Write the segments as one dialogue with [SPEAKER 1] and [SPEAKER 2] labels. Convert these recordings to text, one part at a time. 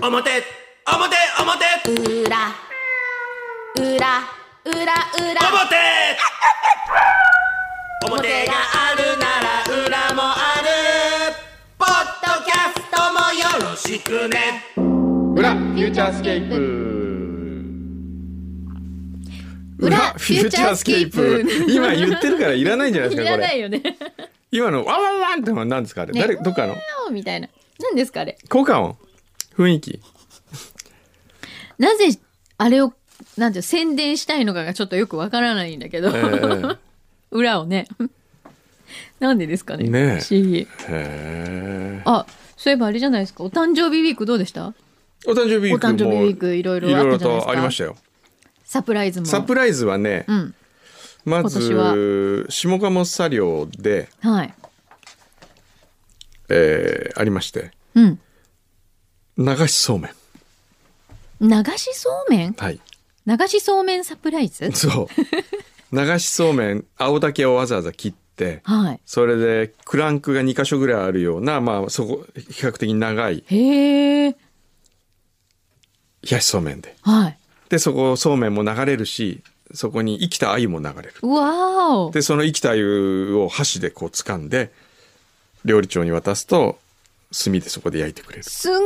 [SPEAKER 1] 表表表
[SPEAKER 2] 裏裏裏裏
[SPEAKER 1] 表表があるなら裏もあるポッドキャストもよろしくね
[SPEAKER 3] 裏フューチャースケープ
[SPEAKER 2] 裏フューチャースケープ
[SPEAKER 3] 今言ってるからいらないんじゃないです
[SPEAKER 2] い
[SPEAKER 3] かこ
[SPEAKER 2] らない
[SPEAKER 3] れ
[SPEAKER 2] よね
[SPEAKER 3] 今のワンワンワンってのは何ですかあれ、誰どっかの
[SPEAKER 2] のみたいな何ですかあれ
[SPEAKER 3] 効果音雰囲気
[SPEAKER 2] なぜあれをなんていう宣伝したいのかがちょっとよくわからないんだけど、
[SPEAKER 3] えー
[SPEAKER 2] 裏をねなんでですかね
[SPEAKER 3] ねえ
[SPEAKER 2] 不思議
[SPEAKER 3] へえ
[SPEAKER 2] あそういえばあれじゃないですかお誕生日ウィークどうでした
[SPEAKER 3] お誕生日ウィークも
[SPEAKER 2] お誕生日ウィークいろいろあったじゃないです
[SPEAKER 3] い
[SPEAKER 2] か
[SPEAKER 3] ろいろとありましたよ
[SPEAKER 2] サプライズも
[SPEAKER 3] サプライズはね、
[SPEAKER 2] うん
[SPEAKER 3] ま
[SPEAKER 2] 今
[SPEAKER 3] ず下鴨作業で、
[SPEAKER 2] はい
[SPEAKER 3] えーありまして
[SPEAKER 2] うん
[SPEAKER 3] 流しそうめん
[SPEAKER 2] 流しそうめん
[SPEAKER 3] はい
[SPEAKER 2] 流しそうめんサプラ イズ
[SPEAKER 3] そう流しそうめん青竹をわざわざ切って
[SPEAKER 2] はい
[SPEAKER 3] それでクランクが2箇所ぐらいあるような、まあ、そこ比較的長い
[SPEAKER 2] へえ
[SPEAKER 3] 冷やしそうめんで
[SPEAKER 2] はい
[SPEAKER 3] でそこそうめんも流れるしそこに生きた鮎も流れる
[SPEAKER 2] うわーお
[SPEAKER 3] でその生きた鮎を箸でこう掴んで料理長に渡すと炭でそこで焼いてくれる
[SPEAKER 2] すごい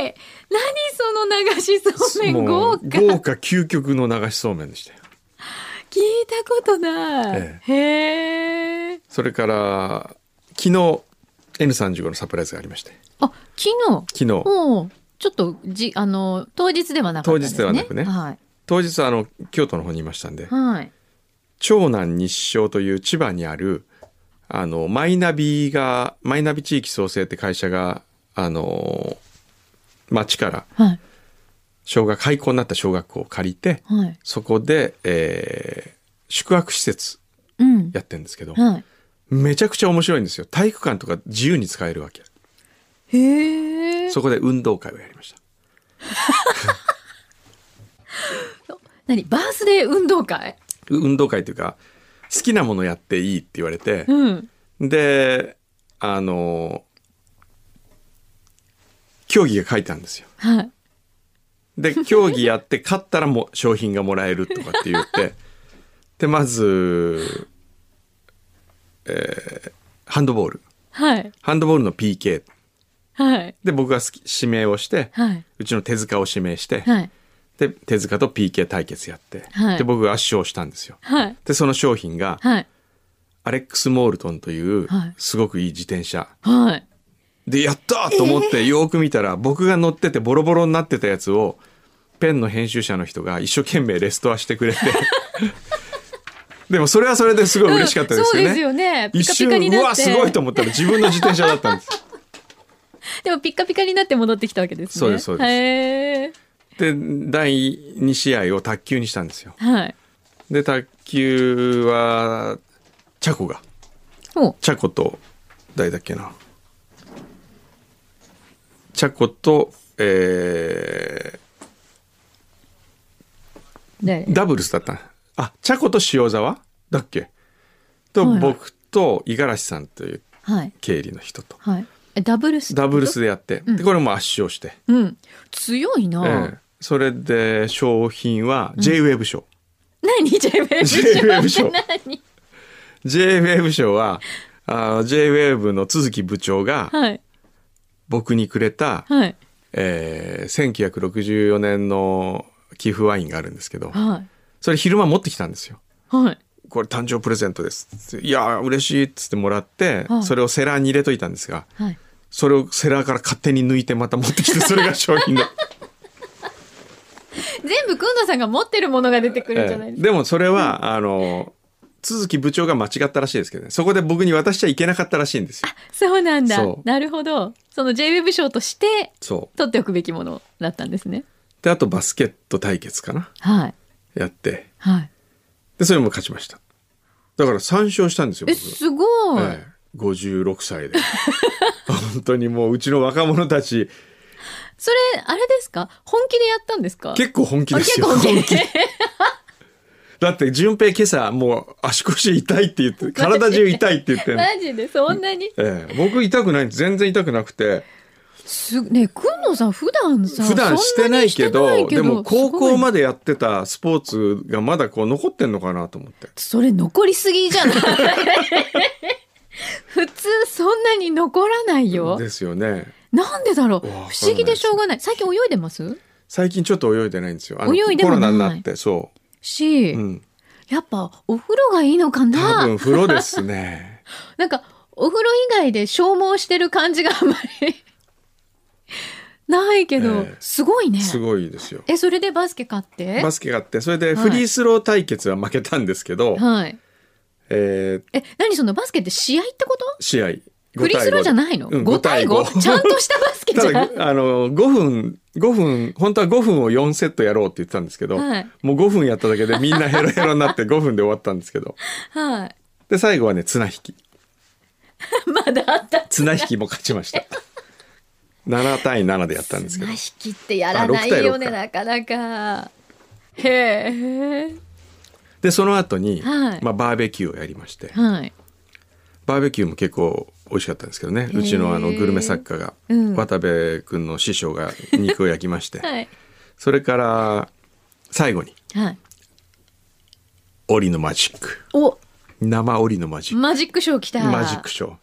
[SPEAKER 2] 何その流しそうめん
[SPEAKER 3] も
[SPEAKER 2] 豪
[SPEAKER 3] う
[SPEAKER 2] 華
[SPEAKER 3] 豪華究極の流しそうめんでしたよ
[SPEAKER 2] 聞いたことない、
[SPEAKER 3] え
[SPEAKER 2] へえ
[SPEAKER 3] それから昨日 N35 のサプライズがありまして
[SPEAKER 2] あ昨日
[SPEAKER 3] 昨日
[SPEAKER 2] もうちょっとじあの当日ではなかったんです、
[SPEAKER 3] 当
[SPEAKER 2] ね、
[SPEAKER 3] 日ではなくね
[SPEAKER 2] はい
[SPEAKER 3] 当日はあの京都の方にいましたんで
[SPEAKER 2] はい
[SPEAKER 3] 長南日照という千葉にあるあのマイナビがマイナビ地域創生って会社があの町から
[SPEAKER 2] はい
[SPEAKER 3] 小学開校になった小学校を借りて
[SPEAKER 2] はい
[SPEAKER 3] そこで、えー宿泊施設
[SPEAKER 2] うん
[SPEAKER 3] やってるんですけど
[SPEAKER 2] は
[SPEAKER 3] めちゃくちゃ面白いんですよ体育館とか自由に使えるわけ
[SPEAKER 2] いへえ
[SPEAKER 3] そこで運動会をやりました
[SPEAKER 2] 何バースデー運動会
[SPEAKER 3] 運動会というか好きなものやっていいって言われて
[SPEAKER 2] うん
[SPEAKER 3] であの競技が書いてあるんですよ
[SPEAKER 2] はい
[SPEAKER 3] で競技やって勝ったらもう商品がもらえるとかって言って でまず、えーハンドボール
[SPEAKER 2] はい
[SPEAKER 3] ハンドボールの PK
[SPEAKER 2] はい
[SPEAKER 3] で僕が好き指名をして、
[SPEAKER 2] はいう
[SPEAKER 3] ちの手塚を指名して、
[SPEAKER 2] はい
[SPEAKER 3] で手塚と PK 対決やって、
[SPEAKER 2] はい
[SPEAKER 3] で僕が圧勝したんですよ
[SPEAKER 2] はい
[SPEAKER 3] でその商品が
[SPEAKER 2] はい
[SPEAKER 3] アレックス・モールトンという
[SPEAKER 2] はい
[SPEAKER 3] すごくいい自転車
[SPEAKER 2] はい
[SPEAKER 3] でやったーと思 ってよーく見たら、僕が乗っててボロボロになってたやつをペンの編集者の人が一生懸命レストアしてくれ てでもそれはそれですごい嬉しかったですよね、
[SPEAKER 2] そうですよねピ
[SPEAKER 3] 一
[SPEAKER 2] カピ
[SPEAKER 3] 瞬
[SPEAKER 2] カにな
[SPEAKER 3] う
[SPEAKER 2] って
[SPEAKER 3] わすごいと思ったら自分の自転車だったんです
[SPEAKER 2] でもピッカピカになって戻ってきたわけですね
[SPEAKER 3] そうですそうです
[SPEAKER 2] へえ
[SPEAKER 3] で第2試合を卓球にしたんですよ
[SPEAKER 2] はい
[SPEAKER 3] で卓球はチャコが
[SPEAKER 2] お
[SPEAKER 3] チャコと誰だっけなチャコとえー、
[SPEAKER 2] 誰
[SPEAKER 3] ダブルスだったなあ、チャコと塩沢だっけと、
[SPEAKER 2] はい
[SPEAKER 3] 僕と五十嵐さんという
[SPEAKER 2] はい
[SPEAKER 3] 経理の人と。
[SPEAKER 2] はいえダブルスって
[SPEAKER 3] ダ
[SPEAKER 2] こと
[SPEAKER 3] ブルスでやって、で、これも圧勝して。
[SPEAKER 2] うん強いな、
[SPEAKER 3] ええそれで、商品は JWEB 賞。
[SPEAKER 2] 何 JWEB 賞
[SPEAKER 3] JWave 賞
[SPEAKER 2] 何
[SPEAKER 3] JWEB 賞は、あー JWEB の都築部長が
[SPEAKER 2] はい
[SPEAKER 3] 僕にくれた、
[SPEAKER 2] はい
[SPEAKER 3] えー1964年の寄付ワインがあるんですけど、
[SPEAKER 2] はい
[SPEAKER 3] それ昼間持ってきたんですよ。
[SPEAKER 2] はい
[SPEAKER 3] これ誕生プレゼントですっつって。いやー、嬉しいっつってもらって
[SPEAKER 2] は、い
[SPEAKER 3] それをセラーに入れといたんですが、
[SPEAKER 2] はい
[SPEAKER 3] それをセラーから勝手に抜いてまた持ってきてそれが商品 だ、
[SPEAKER 2] 全部くんのさんが持ってるものが出てくるんじゃない
[SPEAKER 3] ええ
[SPEAKER 2] ですか、
[SPEAKER 3] でもそれは、あの都築部長が間違ったらしいですけどねそこで僕に渡しちゃいけなかったらしいんですよ
[SPEAKER 2] そうなんだ
[SPEAKER 3] そう
[SPEAKER 2] なるほどその JWEB 賞として
[SPEAKER 3] そう
[SPEAKER 2] 取っておくべきものだったんですね
[SPEAKER 3] であとバスケット対決かな
[SPEAKER 2] はい
[SPEAKER 3] やって
[SPEAKER 2] はい
[SPEAKER 3] でそれも勝ちましただから3勝したんですよ
[SPEAKER 2] え
[SPEAKER 3] 僕
[SPEAKER 2] すごい、
[SPEAKER 3] ええ56歳で 本当にもううちの若者たち
[SPEAKER 2] それあれですか本気でやったんですか
[SPEAKER 3] 結構本気ですよ
[SPEAKER 2] あ結構本気
[SPEAKER 3] だって順平今朝もう足腰痛いって言って体中痛いって言ってんの
[SPEAKER 2] マジでそんなに
[SPEAKER 3] ええ、僕痛くないんです全然痛くなくて
[SPEAKER 2] すねくんのさん普段さ
[SPEAKER 3] 普段してないけど
[SPEAKER 2] そんなにしてない
[SPEAKER 3] でも高
[SPEAKER 2] すご
[SPEAKER 3] 校
[SPEAKER 2] い
[SPEAKER 3] までやってたスポーツがまだこう残ってんのかなと思って
[SPEAKER 2] それ残りすぎじ ゃない普通そんなに残らないよ
[SPEAKER 3] ですよね
[SPEAKER 2] なんでだろう
[SPEAKER 3] わかんない
[SPEAKER 2] 不思議でしょうがない最近泳いでます
[SPEAKER 3] 最近ちょっと泳いでないんですよあの
[SPEAKER 2] 泳いで
[SPEAKER 3] コ
[SPEAKER 2] もな
[SPEAKER 3] ロ
[SPEAKER 2] い
[SPEAKER 3] ナになってそ
[SPEAKER 2] し、
[SPEAKER 3] う、うん、
[SPEAKER 2] やっぱお風呂がいいのか
[SPEAKER 3] 多
[SPEAKER 2] な
[SPEAKER 3] 分風呂ですね
[SPEAKER 2] なんかお風呂以外で消耗してる感じがあんまり ないけど、
[SPEAKER 3] ええ
[SPEAKER 2] すご いね
[SPEAKER 3] すごいですよ
[SPEAKER 2] えそれでバスケ買って
[SPEAKER 3] バスケがあってそれで
[SPEAKER 2] はい
[SPEAKER 3] フリースロー対決は負けたんですけど、
[SPEAKER 2] はい
[SPEAKER 3] えー
[SPEAKER 2] え何そのバスケって試合ってこと
[SPEAKER 3] 試合
[SPEAKER 2] フリースローじゃないの、
[SPEAKER 3] うん
[SPEAKER 2] 5対 5,
[SPEAKER 3] 5
[SPEAKER 2] ちゃんとしたバス ケじ
[SPEAKER 3] た
[SPEAKER 2] ゃん
[SPEAKER 3] だあの5分5分本当は5分を4セットやろうって言ってたんですけど、
[SPEAKER 2] はい
[SPEAKER 3] もう5分やっただけでみんなヘロヘロになって5分で終わったんですけど
[SPEAKER 2] はい
[SPEAKER 3] で最後はね綱引き
[SPEAKER 2] まだあった
[SPEAKER 3] 綱引きも勝ちました 7対7でやったんですけど
[SPEAKER 2] 綱引きってやらないよねなかなかへえ
[SPEAKER 3] でその後に、
[SPEAKER 2] はい
[SPEAKER 3] まあ、バーベキューをやりまして
[SPEAKER 2] はい
[SPEAKER 3] バーベキューも結構美味しかったんですけどねうちのあのグルメ作家が、
[SPEAKER 2] うん
[SPEAKER 3] 渡部君の師匠が肉を焼きまして、
[SPEAKER 2] はい
[SPEAKER 3] それから最後に
[SPEAKER 2] はい
[SPEAKER 3] 檻のマジック
[SPEAKER 2] お
[SPEAKER 3] 生檻のマジック
[SPEAKER 2] マジックショー来た
[SPEAKER 3] マジックショー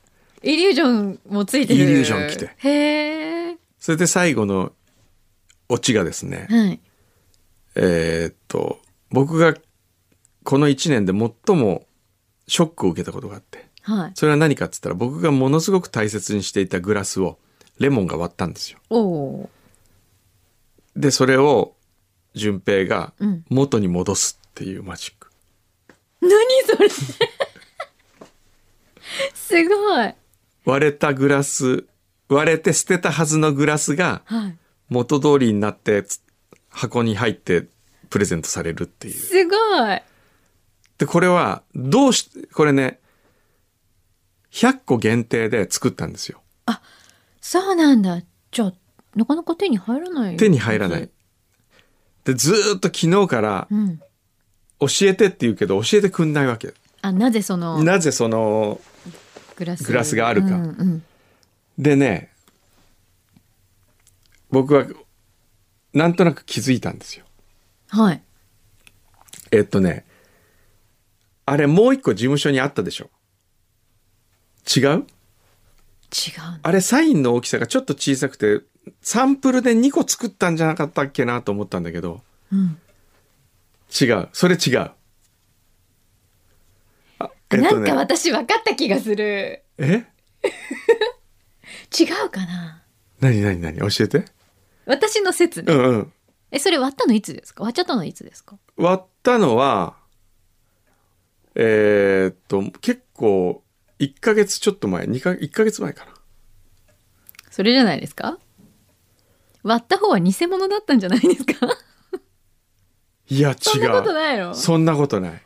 [SPEAKER 2] イリュージョンもついてる
[SPEAKER 3] イリュージョン来て
[SPEAKER 2] へえ
[SPEAKER 3] それで最後のオチがですね、
[SPEAKER 2] はい
[SPEAKER 3] えーっと僕がこの1年で最もショックを受けたことがあって
[SPEAKER 2] はい
[SPEAKER 3] それは何かっつったら僕がものすごく大切にしていたグラスをレモンが割ったんですよ。
[SPEAKER 2] おお
[SPEAKER 3] でそれを順平が
[SPEAKER 2] うん
[SPEAKER 3] 元に戻すっていうマジック。
[SPEAKER 2] 何それ すごい
[SPEAKER 3] 割れたグラス割れて捨てたはずのグラスが
[SPEAKER 2] はい
[SPEAKER 3] 元通りになってつ箱に入ってプレゼントされるっていう。
[SPEAKER 2] すごい
[SPEAKER 3] で、これは、どうし、これね、100個限定で作ったんですよ。
[SPEAKER 2] そうなんだじゃあなかなか手に入らない
[SPEAKER 3] 手に入らない。で、ずーっと昨日から
[SPEAKER 2] う、ん
[SPEAKER 3] 教えてって言うけど、教えてくんないわけ。
[SPEAKER 2] あなぜその
[SPEAKER 3] なぜその、
[SPEAKER 2] グラス
[SPEAKER 3] グラスがあるか
[SPEAKER 2] うんうん
[SPEAKER 3] でね、僕は、なんとなく気づいたんですよ。
[SPEAKER 2] はい
[SPEAKER 3] えっとね、あれもう一個事務所にあったでしょ違う
[SPEAKER 2] 違う
[SPEAKER 3] あれサインの大きさがちょっと小さくてサンプルで2個作ったんじゃなかったっけなと思ったんだけど
[SPEAKER 2] うん
[SPEAKER 3] 違うそれ違うあえっ
[SPEAKER 2] な
[SPEAKER 3] と
[SPEAKER 2] んか
[SPEAKER 3] ね
[SPEAKER 2] 私分かった気がする。
[SPEAKER 3] え
[SPEAKER 2] 違うかな
[SPEAKER 3] 何何何教えて
[SPEAKER 2] 私の説
[SPEAKER 3] う
[SPEAKER 2] ね。
[SPEAKER 3] んうん
[SPEAKER 2] え、それ割ったのいつですか割っちゃったのいつですか
[SPEAKER 3] 割ったのはえーっと結構1ヶ月ちょっと前2か1ヶ月前かな
[SPEAKER 2] それじゃないですか割った方は偽物だったんじゃないですか
[SPEAKER 3] いや違う
[SPEAKER 2] そんなことないのそ
[SPEAKER 3] そんなことないう
[SPEAKER 2] いうこ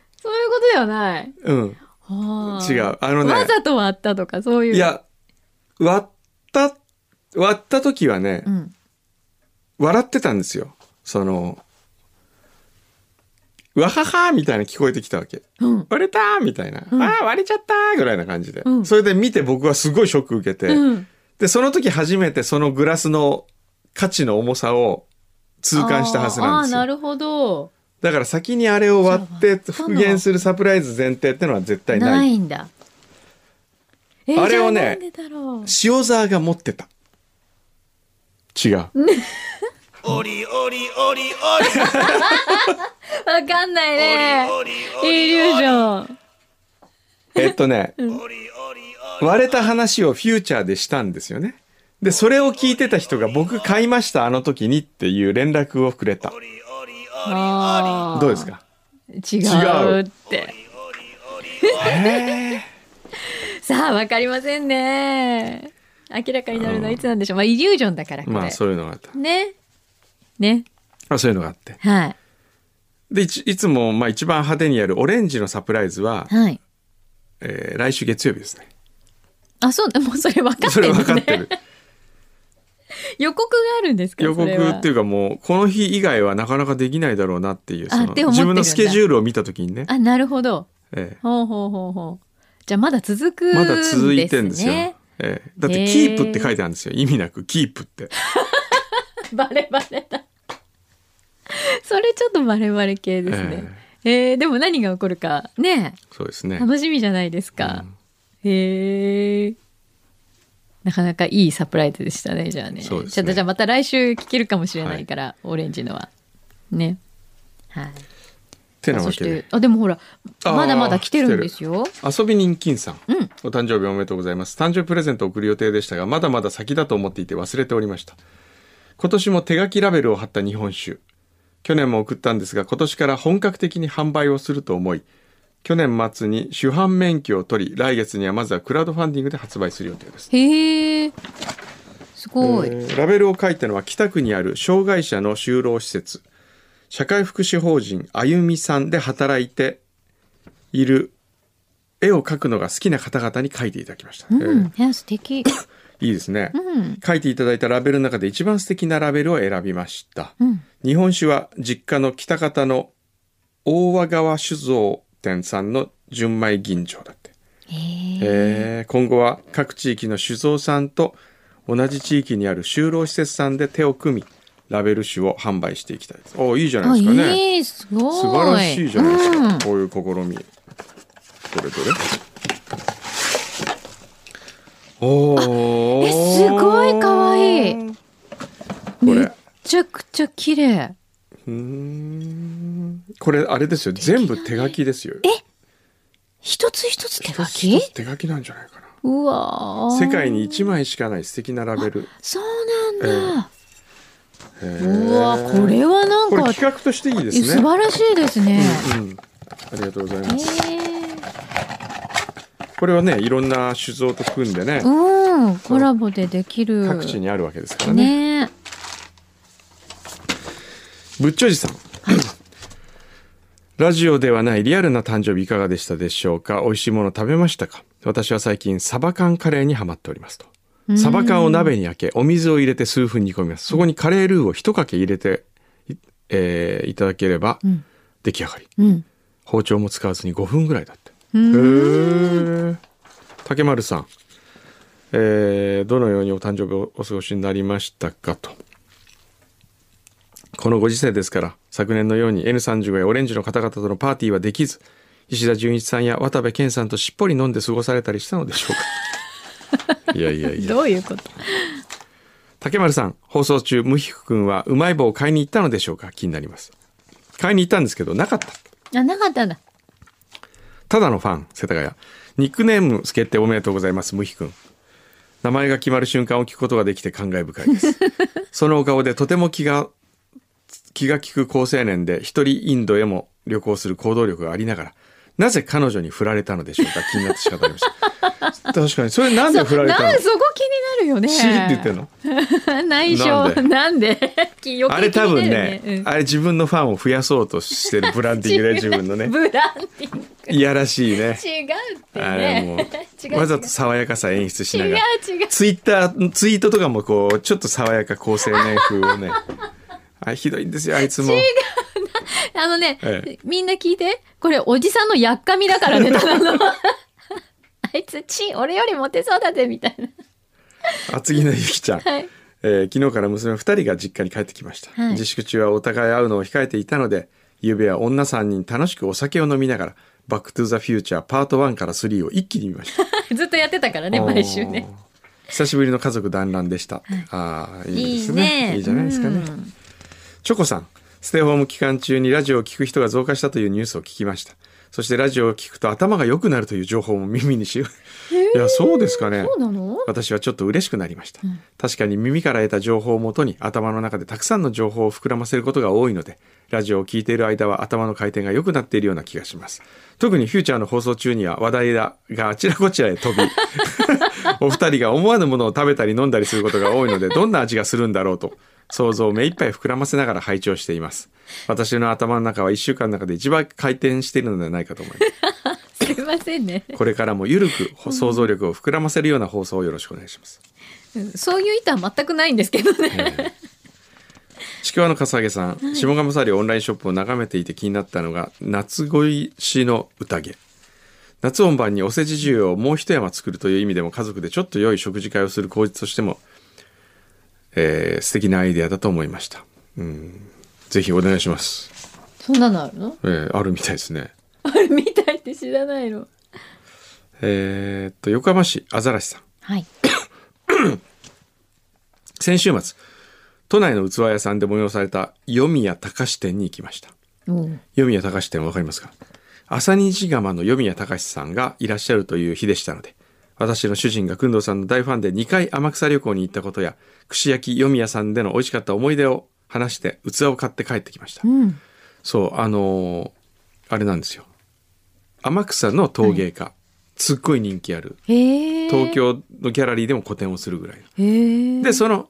[SPEAKER 2] とではない。
[SPEAKER 3] うん
[SPEAKER 2] はあ
[SPEAKER 3] 違うあのね
[SPEAKER 2] わざと割ったとかそういう。
[SPEAKER 3] い。や割った割った時はね、
[SPEAKER 2] うん。
[SPEAKER 3] 笑ってたんですよそのわははーみたいな聞こえてきたわけ
[SPEAKER 2] うん。
[SPEAKER 3] 割れたーみたいな、
[SPEAKER 2] うん
[SPEAKER 3] ああ割れちゃったーぐらいな感じで、
[SPEAKER 2] うん
[SPEAKER 3] それで見て僕はすごいショック受けて、
[SPEAKER 2] うん、
[SPEAKER 3] でその時初めてそのグラスの価値の重さを痛感したはずなんです
[SPEAKER 2] あーあー、な
[SPEAKER 3] よ
[SPEAKER 2] るほど。
[SPEAKER 3] だから先にあれを割って
[SPEAKER 2] そう
[SPEAKER 3] 復元するサプライズ前提ってのは絶対ない
[SPEAKER 2] ないんだ。えー
[SPEAKER 3] あれをね
[SPEAKER 2] じゃあなんでだろう
[SPEAKER 3] 塩沢が持ってた違う
[SPEAKER 1] おりおりおりおり
[SPEAKER 2] わかんないね。
[SPEAKER 1] おり
[SPEAKER 2] イリュージョン。
[SPEAKER 3] えっとね、
[SPEAKER 1] おりおりおり
[SPEAKER 3] 割れた話をフューチャーでしたんですよね。で、それを聞いてた人が僕買いましたあの時にっていう連絡をくれた。
[SPEAKER 1] おり
[SPEAKER 2] あー
[SPEAKER 3] どうですか
[SPEAKER 2] 違うって
[SPEAKER 3] え
[SPEAKER 2] さあわかりませんね明らかになるのはいつなんでしょうまあイリュージョンだからこ
[SPEAKER 3] ー
[SPEAKER 2] れ、
[SPEAKER 3] まあそういうのがあった。
[SPEAKER 2] ねね
[SPEAKER 3] まあそういうのがあって。
[SPEAKER 2] はい
[SPEAKER 3] で、いちいつもまあ一番派手にやるオレンジのサプライズは、
[SPEAKER 2] はい
[SPEAKER 3] えー来週月曜日ですね。
[SPEAKER 2] あそう もうそれ分かっ
[SPEAKER 3] そ
[SPEAKER 2] て
[SPEAKER 3] れ
[SPEAKER 2] る
[SPEAKER 3] 分かって
[SPEAKER 2] ね
[SPEAKER 3] る。
[SPEAKER 2] 予告があるんですか
[SPEAKER 3] 予告
[SPEAKER 2] それは
[SPEAKER 3] っていうかもう、この日以外はなかなかできないだろうなっていう、
[SPEAKER 2] あ
[SPEAKER 3] その
[SPEAKER 2] って思ってる
[SPEAKER 3] 自分
[SPEAKER 2] んだ
[SPEAKER 3] のスケジュールを見た時にね。
[SPEAKER 2] あなるほど
[SPEAKER 3] ええ
[SPEAKER 2] ほうほうほうほうじゃあまだ続くんです、ね、
[SPEAKER 3] まだ続いてんですよ。えええだってキープって書いてあるんですよ。意味なくキープって。
[SPEAKER 2] バレバレだ。それちょっとバレバレ系ですね。えーでも何が起こるかね
[SPEAKER 3] そうですね。
[SPEAKER 2] 楽しみじゃないですか。へえ。なかなかいいサプライズでしたねじゃあね。
[SPEAKER 3] そうですね
[SPEAKER 2] ちょっとじゃあまた来週聞けるかもしれないから、オレンジのは。ね。はい。
[SPEAKER 3] てな
[SPEAKER 2] そ
[SPEAKER 3] わ
[SPEAKER 2] し
[SPEAKER 3] けで
[SPEAKER 2] て。あでもほら
[SPEAKER 3] あー
[SPEAKER 2] まだまだ来てるんですよ。
[SPEAKER 3] 遊び人金さん、
[SPEAKER 2] うん
[SPEAKER 3] お誕生日おめでとうございます誕生日プレゼントを送る予定でしたがまだまだ先だと思っていて忘れておりました今年も手書きラベルを貼った日本酒去年も送ったんですが今年から本格的に販売をすると思い去年末に主販免許を取り来月にはまずはクラウドファンディングで発売する予定です
[SPEAKER 2] へえ。すごい。
[SPEAKER 3] えーラベルを書いたのは北区にある障害者の就労施設社会福祉法人あゆみさんで働いている絵を描くのが好きな方々に描いていただきました、
[SPEAKER 2] う
[SPEAKER 3] え
[SPEAKER 2] ん、いや素敵。
[SPEAKER 3] ーいいですね、
[SPEAKER 2] うん
[SPEAKER 3] 書いていただいたラベルの中で一番素敵なラベルを選びました、
[SPEAKER 2] うん。
[SPEAKER 3] 日本酒は実家の北方の大和川酒造店さんの純米吟醸だって
[SPEAKER 2] へえ。
[SPEAKER 3] えー今後は各地域の酒造さんと同じ地域にある就労施設さんで手を組みラベル酒を販売していきたいですおいいじゃない
[SPEAKER 2] あ、
[SPEAKER 3] ですかね、
[SPEAKER 2] いい、すごい。
[SPEAKER 3] 素晴らしいじゃないですか、
[SPEAKER 2] うん
[SPEAKER 3] こういう試みどれどれおー
[SPEAKER 2] えすごい可愛い
[SPEAKER 3] こ
[SPEAKER 2] め
[SPEAKER 3] れ
[SPEAKER 2] ちゃくちゃ綺麗。
[SPEAKER 3] うーんこれあれですよ全部手書きですよ
[SPEAKER 2] 一つ一つ手書
[SPEAKER 3] 一
[SPEAKER 2] き
[SPEAKER 3] つ手書きなんじゃないかな
[SPEAKER 2] うわー
[SPEAKER 3] 世界に1枚しかない素敵なラベル
[SPEAKER 2] そうなんだ。
[SPEAKER 3] へー
[SPEAKER 2] うわこれはなん
[SPEAKER 3] これ
[SPEAKER 2] か、
[SPEAKER 3] 企画としていいで
[SPEAKER 2] え
[SPEAKER 3] すね
[SPEAKER 2] 素晴らしいですね。
[SPEAKER 3] うん、ありがとうござい
[SPEAKER 2] へ
[SPEAKER 3] ます。
[SPEAKER 2] え
[SPEAKER 3] これはね、いろんな酒造と組んでね、
[SPEAKER 2] うん、コラボでできる。
[SPEAKER 3] 各地にあるわけですからね。
[SPEAKER 2] ねえ。
[SPEAKER 3] ぶっちょじさん。ラジオではないリアルな誕生日いかがでしたでしょうか美味しいもの食べましたか私は最近サバ缶カレーにハマっておりますと。サバ缶を鍋に焼け、お水を入れて数分煮込みます。そこにカレールーを一かけ入れて、いえーいただければ
[SPEAKER 2] ん
[SPEAKER 3] 出来上がり。
[SPEAKER 2] うん。
[SPEAKER 3] 包丁も使わずに5分ぐらいだって。
[SPEAKER 2] う
[SPEAKER 3] へ
[SPEAKER 2] ん
[SPEAKER 3] ー竹丸さん、えーどのようにお誕生日をお過ごしになりましたかとこのご時世ですから昨年のように N35 やオレンジの方々とのパーティーはできず石田純一さんや渡部健さんとしっぽり飲んで過ごされたりしたのでしょ うかいやいやいや
[SPEAKER 2] どういうこと
[SPEAKER 3] 竹丸さん放送中無比くんはうまい棒を買いに行ったのでしょうか気になります買いに行ったんですけどなかった
[SPEAKER 2] あ、なかったんだ。
[SPEAKER 3] ただのファン、世田谷。ニックネーム、決定おめでとうございます、ムヒ君。名前が決まる瞬間を聞くことができて感慨深いです。 そのお顔でとても気が、気が利く好青年で、一人インドへも旅行する行動力がありながら、なぜ彼女に振られたのでしょうか気になって仕方ありま した。確かに、それなんで振られた
[SPEAKER 2] な
[SPEAKER 3] の
[SPEAKER 2] んそこ気になるよね。
[SPEAKER 3] シーって言ってんの
[SPEAKER 2] 内
[SPEAKER 3] なんで
[SPEAKER 2] 緒なんで余計気になるよ ね
[SPEAKER 3] あれ多分ね、
[SPEAKER 2] うん
[SPEAKER 3] あれ自分のファンを増やそうとしてるブランディング で自分のね、
[SPEAKER 2] ブランディング
[SPEAKER 3] いやらしいね。
[SPEAKER 2] 違うって
[SPEAKER 3] あれも
[SPEAKER 2] ね違
[SPEAKER 3] う
[SPEAKER 2] う
[SPEAKER 3] わざと爽やかさ演出しながら
[SPEAKER 2] 違う違う
[SPEAKER 3] ツイッターツイートとかもこうちょっと爽やか好青年風をねあひどいんですよあいつも
[SPEAKER 2] あのね、
[SPEAKER 3] ええ
[SPEAKER 2] みんな聞いてこれおじさんのやっかみだからねた だの あいつチン俺よりモテそうだぜみたいな
[SPEAKER 3] 厚木のゆきちゃん、
[SPEAKER 2] はい
[SPEAKER 3] えー昨日から娘2人が実家に帰ってきました、
[SPEAKER 2] はい
[SPEAKER 3] 自粛中はお互い会うのを控えていたので夕べは女3人楽しくお酒を飲みながら「バック・トゥ・ザ・フューチャーパート1から3」を一気に見ました
[SPEAKER 2] ずっとやってたからね毎週ね
[SPEAKER 3] おー久しぶりの家族団らんでした、ああいいですねいい
[SPEAKER 2] いいね
[SPEAKER 3] じゃないですかね、
[SPEAKER 2] うん
[SPEAKER 3] チョコさん、ステイホーム期間中にラジオを聞く人が増加したというニュースを聞きました。そしてラジオを聞くと頭が良くなるという情報も耳にし、いや、そうですかね。
[SPEAKER 2] そうなの
[SPEAKER 3] 私はちょっと嬉しくなりました、確かに耳から得た情報をもとに頭の中でたくさんの情報を膨らませることが多いのでラジオを聞いている間は頭の回転が良くなっているような気がします特にフューチャーの放送中には話題だがあちらこちらへ飛び お二人が思わぬものを食べたり飲んだりすることが多いのでどんな味がするんだろうと想像を目いっぱい膨らませながら拝聴しています私の頭の中は1週間の中で一番回転しているのではないかと思います
[SPEAKER 2] すいませんね
[SPEAKER 3] これからもゆるく想像力を膨らませるような放送をよろしくお願いします
[SPEAKER 2] うんそういう意図は全くないんですけどね、
[SPEAKER 3] ちくわのかさげさん、下鴨サリオンラインショップを眺めていて気になったのが夏恋しの宴夏本番におせち需要をもう一山作るという意味でも家族でちょっと良い食事会をする口実としても、えー素敵なアイデアだと思いました。うん。ぜひお願いします。
[SPEAKER 2] そんなのあるの
[SPEAKER 3] えーあるみたいですね。
[SPEAKER 2] あれみたいって知らないの
[SPEAKER 3] えーっと、横浜市アザラシさん。
[SPEAKER 2] はい
[SPEAKER 3] 先週末、都内の器屋さんで催された読谷隆史店に行きました。
[SPEAKER 2] うん
[SPEAKER 3] 読谷隆史店わかりますか朝虹釜の読谷隆史さんがいらっしゃるという日でしたので私の主人が工藤さんの大ファンで2回天草旅行に行ったことや串焼き読谷さんでの美味しかった思い出を話して器を買って帰ってきました、
[SPEAKER 2] うん
[SPEAKER 3] そうあのーあれなんですよ天草の陶芸家、すっごい人気ある
[SPEAKER 2] へえ
[SPEAKER 3] 東京のギャラリーでも個展をするぐらいの
[SPEAKER 2] へえ
[SPEAKER 3] でその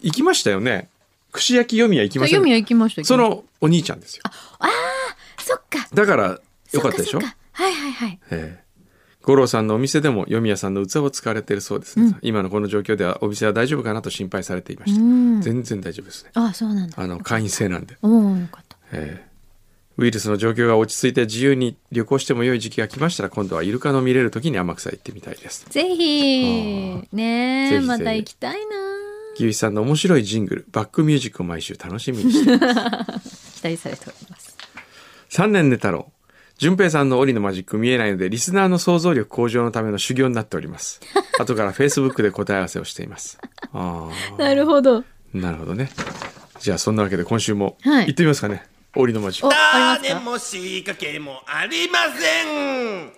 [SPEAKER 3] 行きましたよね串焼き読谷行きました
[SPEAKER 2] 読みは行きました
[SPEAKER 3] そのお兄ちゃんですよ
[SPEAKER 2] そっか
[SPEAKER 3] だからよかったでし
[SPEAKER 2] そ
[SPEAKER 3] ょ
[SPEAKER 2] っかそっかはいはいはい
[SPEAKER 3] ええ五郎さんのお店でも読谷さんの器を使われているそうですね、今のこの状況ではお店は大丈夫かなと心配されていました、
[SPEAKER 2] うん
[SPEAKER 3] 全然大丈夫ですね
[SPEAKER 2] あそうなんだ
[SPEAKER 3] あの会員制なんで、
[SPEAKER 2] おおよかった
[SPEAKER 3] ええウイルスの状況が落ち着いて自由に旅行しても良い時期が来ましたら今度はイルカの見れる時に天草行ってみたいです
[SPEAKER 2] ぜひね
[SPEAKER 3] ぜひ
[SPEAKER 2] え
[SPEAKER 3] ぜひ
[SPEAKER 2] また行きたいな
[SPEAKER 3] 牛一さんの面白いジングルバックミュージックを毎週楽しみにしています
[SPEAKER 2] 期待されております
[SPEAKER 3] 三年寝太郎淳平さんの檻のマジック見えないのでリスナーの想像力向上のための修行になっております後からフェイスブックで答え合わせをしていますああ
[SPEAKER 2] なるほど
[SPEAKER 3] なるほどね。じゃあそんなわけで今週も
[SPEAKER 2] はい
[SPEAKER 3] 行ってみますかね。檻のマジック
[SPEAKER 2] おあり
[SPEAKER 1] 種
[SPEAKER 2] ますか
[SPEAKER 1] も仕掛けもありません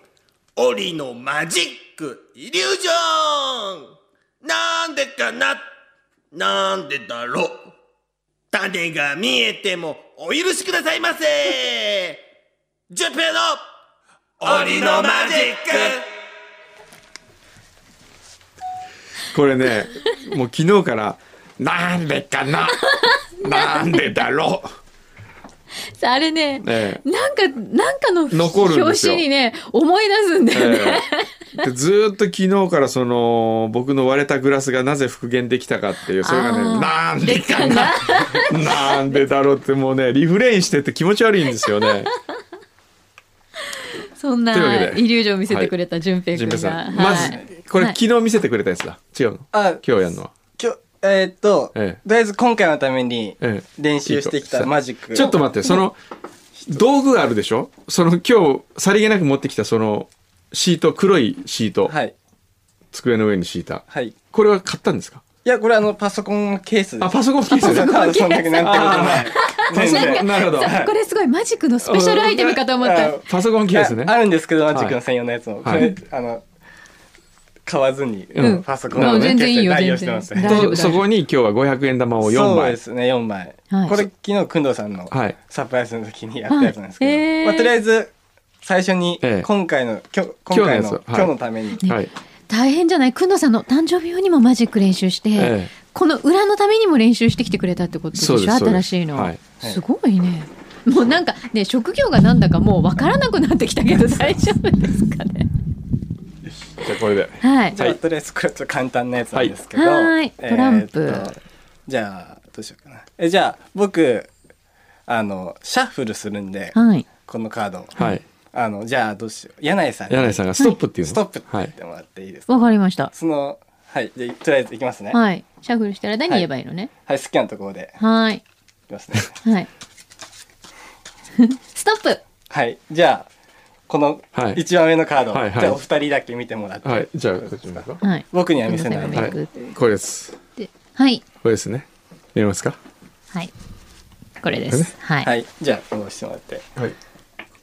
[SPEAKER 1] 檻のマジックイリュージョンなんでかななんでだろう種が見えてもお許しくださいませジュペの檻のマジック
[SPEAKER 3] これね、もう昨日からなんでかな、なんでだろ
[SPEAKER 2] さああれね
[SPEAKER 3] う。え
[SPEAKER 2] なんか、なんかの
[SPEAKER 3] 残るんです
[SPEAKER 2] 表
[SPEAKER 3] よ
[SPEAKER 2] 紙にね、思い出すんだ
[SPEAKER 3] え
[SPEAKER 2] よね。
[SPEAKER 3] ええでずーっと昨日からその僕の割れたグラスがなぜ復元できたかっていうそれが
[SPEAKER 2] あ
[SPEAKER 3] ね
[SPEAKER 2] ー
[SPEAKER 3] なんでかななんでだろうってもうねリフレインしてて気持ち悪いんですよ ね
[SPEAKER 2] そん
[SPEAKER 3] というわけ
[SPEAKER 2] な
[SPEAKER 3] で
[SPEAKER 2] イリュージョンを見せてくれた淳平
[SPEAKER 3] ジン
[SPEAKER 2] 君
[SPEAKER 3] ペ
[SPEAKER 2] が。
[SPEAKER 3] イさん、
[SPEAKER 2] はい
[SPEAKER 3] まずこれ
[SPEAKER 2] はい
[SPEAKER 3] 昨日見せてくれたやつだ違うの
[SPEAKER 4] あ、
[SPEAKER 3] 今日やるのは
[SPEAKER 4] 今日、えーっと、
[SPEAKER 3] ええ
[SPEAKER 4] とりあえず今回のために
[SPEAKER 3] ええ
[SPEAKER 4] 練習してきたマジック。
[SPEAKER 3] ちょっと待って、その、道具があるでしょその今日、さりげなく持ってきたその、シート、黒いシート、
[SPEAKER 4] はい。
[SPEAKER 3] 机の上に敷いた。
[SPEAKER 4] はい。い
[SPEAKER 3] これは買ったんですか
[SPEAKER 4] や、これあの、パソコンケースです。
[SPEAKER 3] あ、パソコンケース
[SPEAKER 4] そ
[SPEAKER 3] だ
[SPEAKER 4] んなことなんてことない。全
[SPEAKER 3] あー
[SPEAKER 4] 然。
[SPEAKER 3] なるほど。
[SPEAKER 2] これすごいマジックのスペシャルアイテムかと思った。
[SPEAKER 4] あ
[SPEAKER 3] パソコン
[SPEAKER 4] い
[SPEAKER 3] ケー
[SPEAKER 4] や
[SPEAKER 3] スね。
[SPEAKER 4] あるんですけど、マジックの専用のやつも。こ
[SPEAKER 3] はい
[SPEAKER 4] れ、あの、買わずに
[SPEAKER 3] うん、
[SPEAKER 4] パソコンの
[SPEAKER 2] うん全然いいよ
[SPEAKER 4] ケースで代用してます
[SPEAKER 2] 全然
[SPEAKER 4] ね。
[SPEAKER 2] 大丈夫
[SPEAKER 3] とそこに今日は500円玉を4
[SPEAKER 4] そう
[SPEAKER 3] 枚
[SPEAKER 4] で。すね、4枚。
[SPEAKER 2] はい
[SPEAKER 4] これ、昨日、くんどうさんの
[SPEAKER 3] はい
[SPEAKER 4] サプライズの時にやったやつなんですけど、
[SPEAKER 2] はいえー
[SPEAKER 4] まあ、とりあえず、最初に
[SPEAKER 3] ええ、
[SPEAKER 4] 今回の、今日
[SPEAKER 3] 今日
[SPEAKER 4] 今回の、
[SPEAKER 3] のやつはい
[SPEAKER 4] 今日のために、
[SPEAKER 3] はい。
[SPEAKER 2] 大変じゃないくんのさんの誕生日用にもマジック練習して、
[SPEAKER 3] ええ
[SPEAKER 2] この裏のためにも練習してきてくれたってことでし
[SPEAKER 3] そ
[SPEAKER 2] ょ
[SPEAKER 3] うですそうです
[SPEAKER 2] 新しいの、
[SPEAKER 3] はい
[SPEAKER 2] すごいね。もうなんかね、職業がなんだかもうわからなくなってきた けど大丈夫ですかね。
[SPEAKER 3] じゃあこれで。
[SPEAKER 2] はい。
[SPEAKER 4] じゃあとりあえずこれはちょっと簡単なやつなんですけど、
[SPEAKER 2] はい
[SPEAKER 4] えーっ
[SPEAKER 2] ト
[SPEAKER 4] と
[SPEAKER 2] ランプ
[SPEAKER 4] じゃあどうしようかなえじゃあ僕あのシャッフルするんで、
[SPEAKER 2] はい。
[SPEAKER 4] このカードを
[SPEAKER 3] はい。
[SPEAKER 4] あのじゃあどうしよう柳井さんに
[SPEAKER 3] 柳井さんがストップっていうの。
[SPEAKER 4] ストップって
[SPEAKER 3] は
[SPEAKER 4] 言っ
[SPEAKER 3] い。
[SPEAKER 4] てもらっていいですか、
[SPEAKER 2] わかりました。
[SPEAKER 4] そのはいじゃあとりあえずいきますねはい、
[SPEAKER 2] はい。シャッフルしたら何言えばいいのね。
[SPEAKER 4] 好きなところで
[SPEAKER 2] はい。
[SPEAKER 4] いきますね
[SPEAKER 2] はい。ストップ
[SPEAKER 4] はいじゃあこの
[SPEAKER 3] はい
[SPEAKER 4] 一番上のカード、
[SPEAKER 3] はいはい
[SPEAKER 4] じゃあお二人だけ見てもらって、
[SPEAKER 3] はい。じゃあ、こっち見ますか。
[SPEAKER 2] はい。
[SPEAKER 4] 僕には見せな
[SPEAKER 2] 見
[SPEAKER 4] いで
[SPEAKER 2] せ
[SPEAKER 3] は
[SPEAKER 2] ないい。
[SPEAKER 3] これです。
[SPEAKER 2] ではい。
[SPEAKER 3] これですね。見えますか
[SPEAKER 2] はい。これです。はい。
[SPEAKER 4] はいじゃあ戻してもらってい
[SPEAKER 3] はい。
[SPEAKER 4] い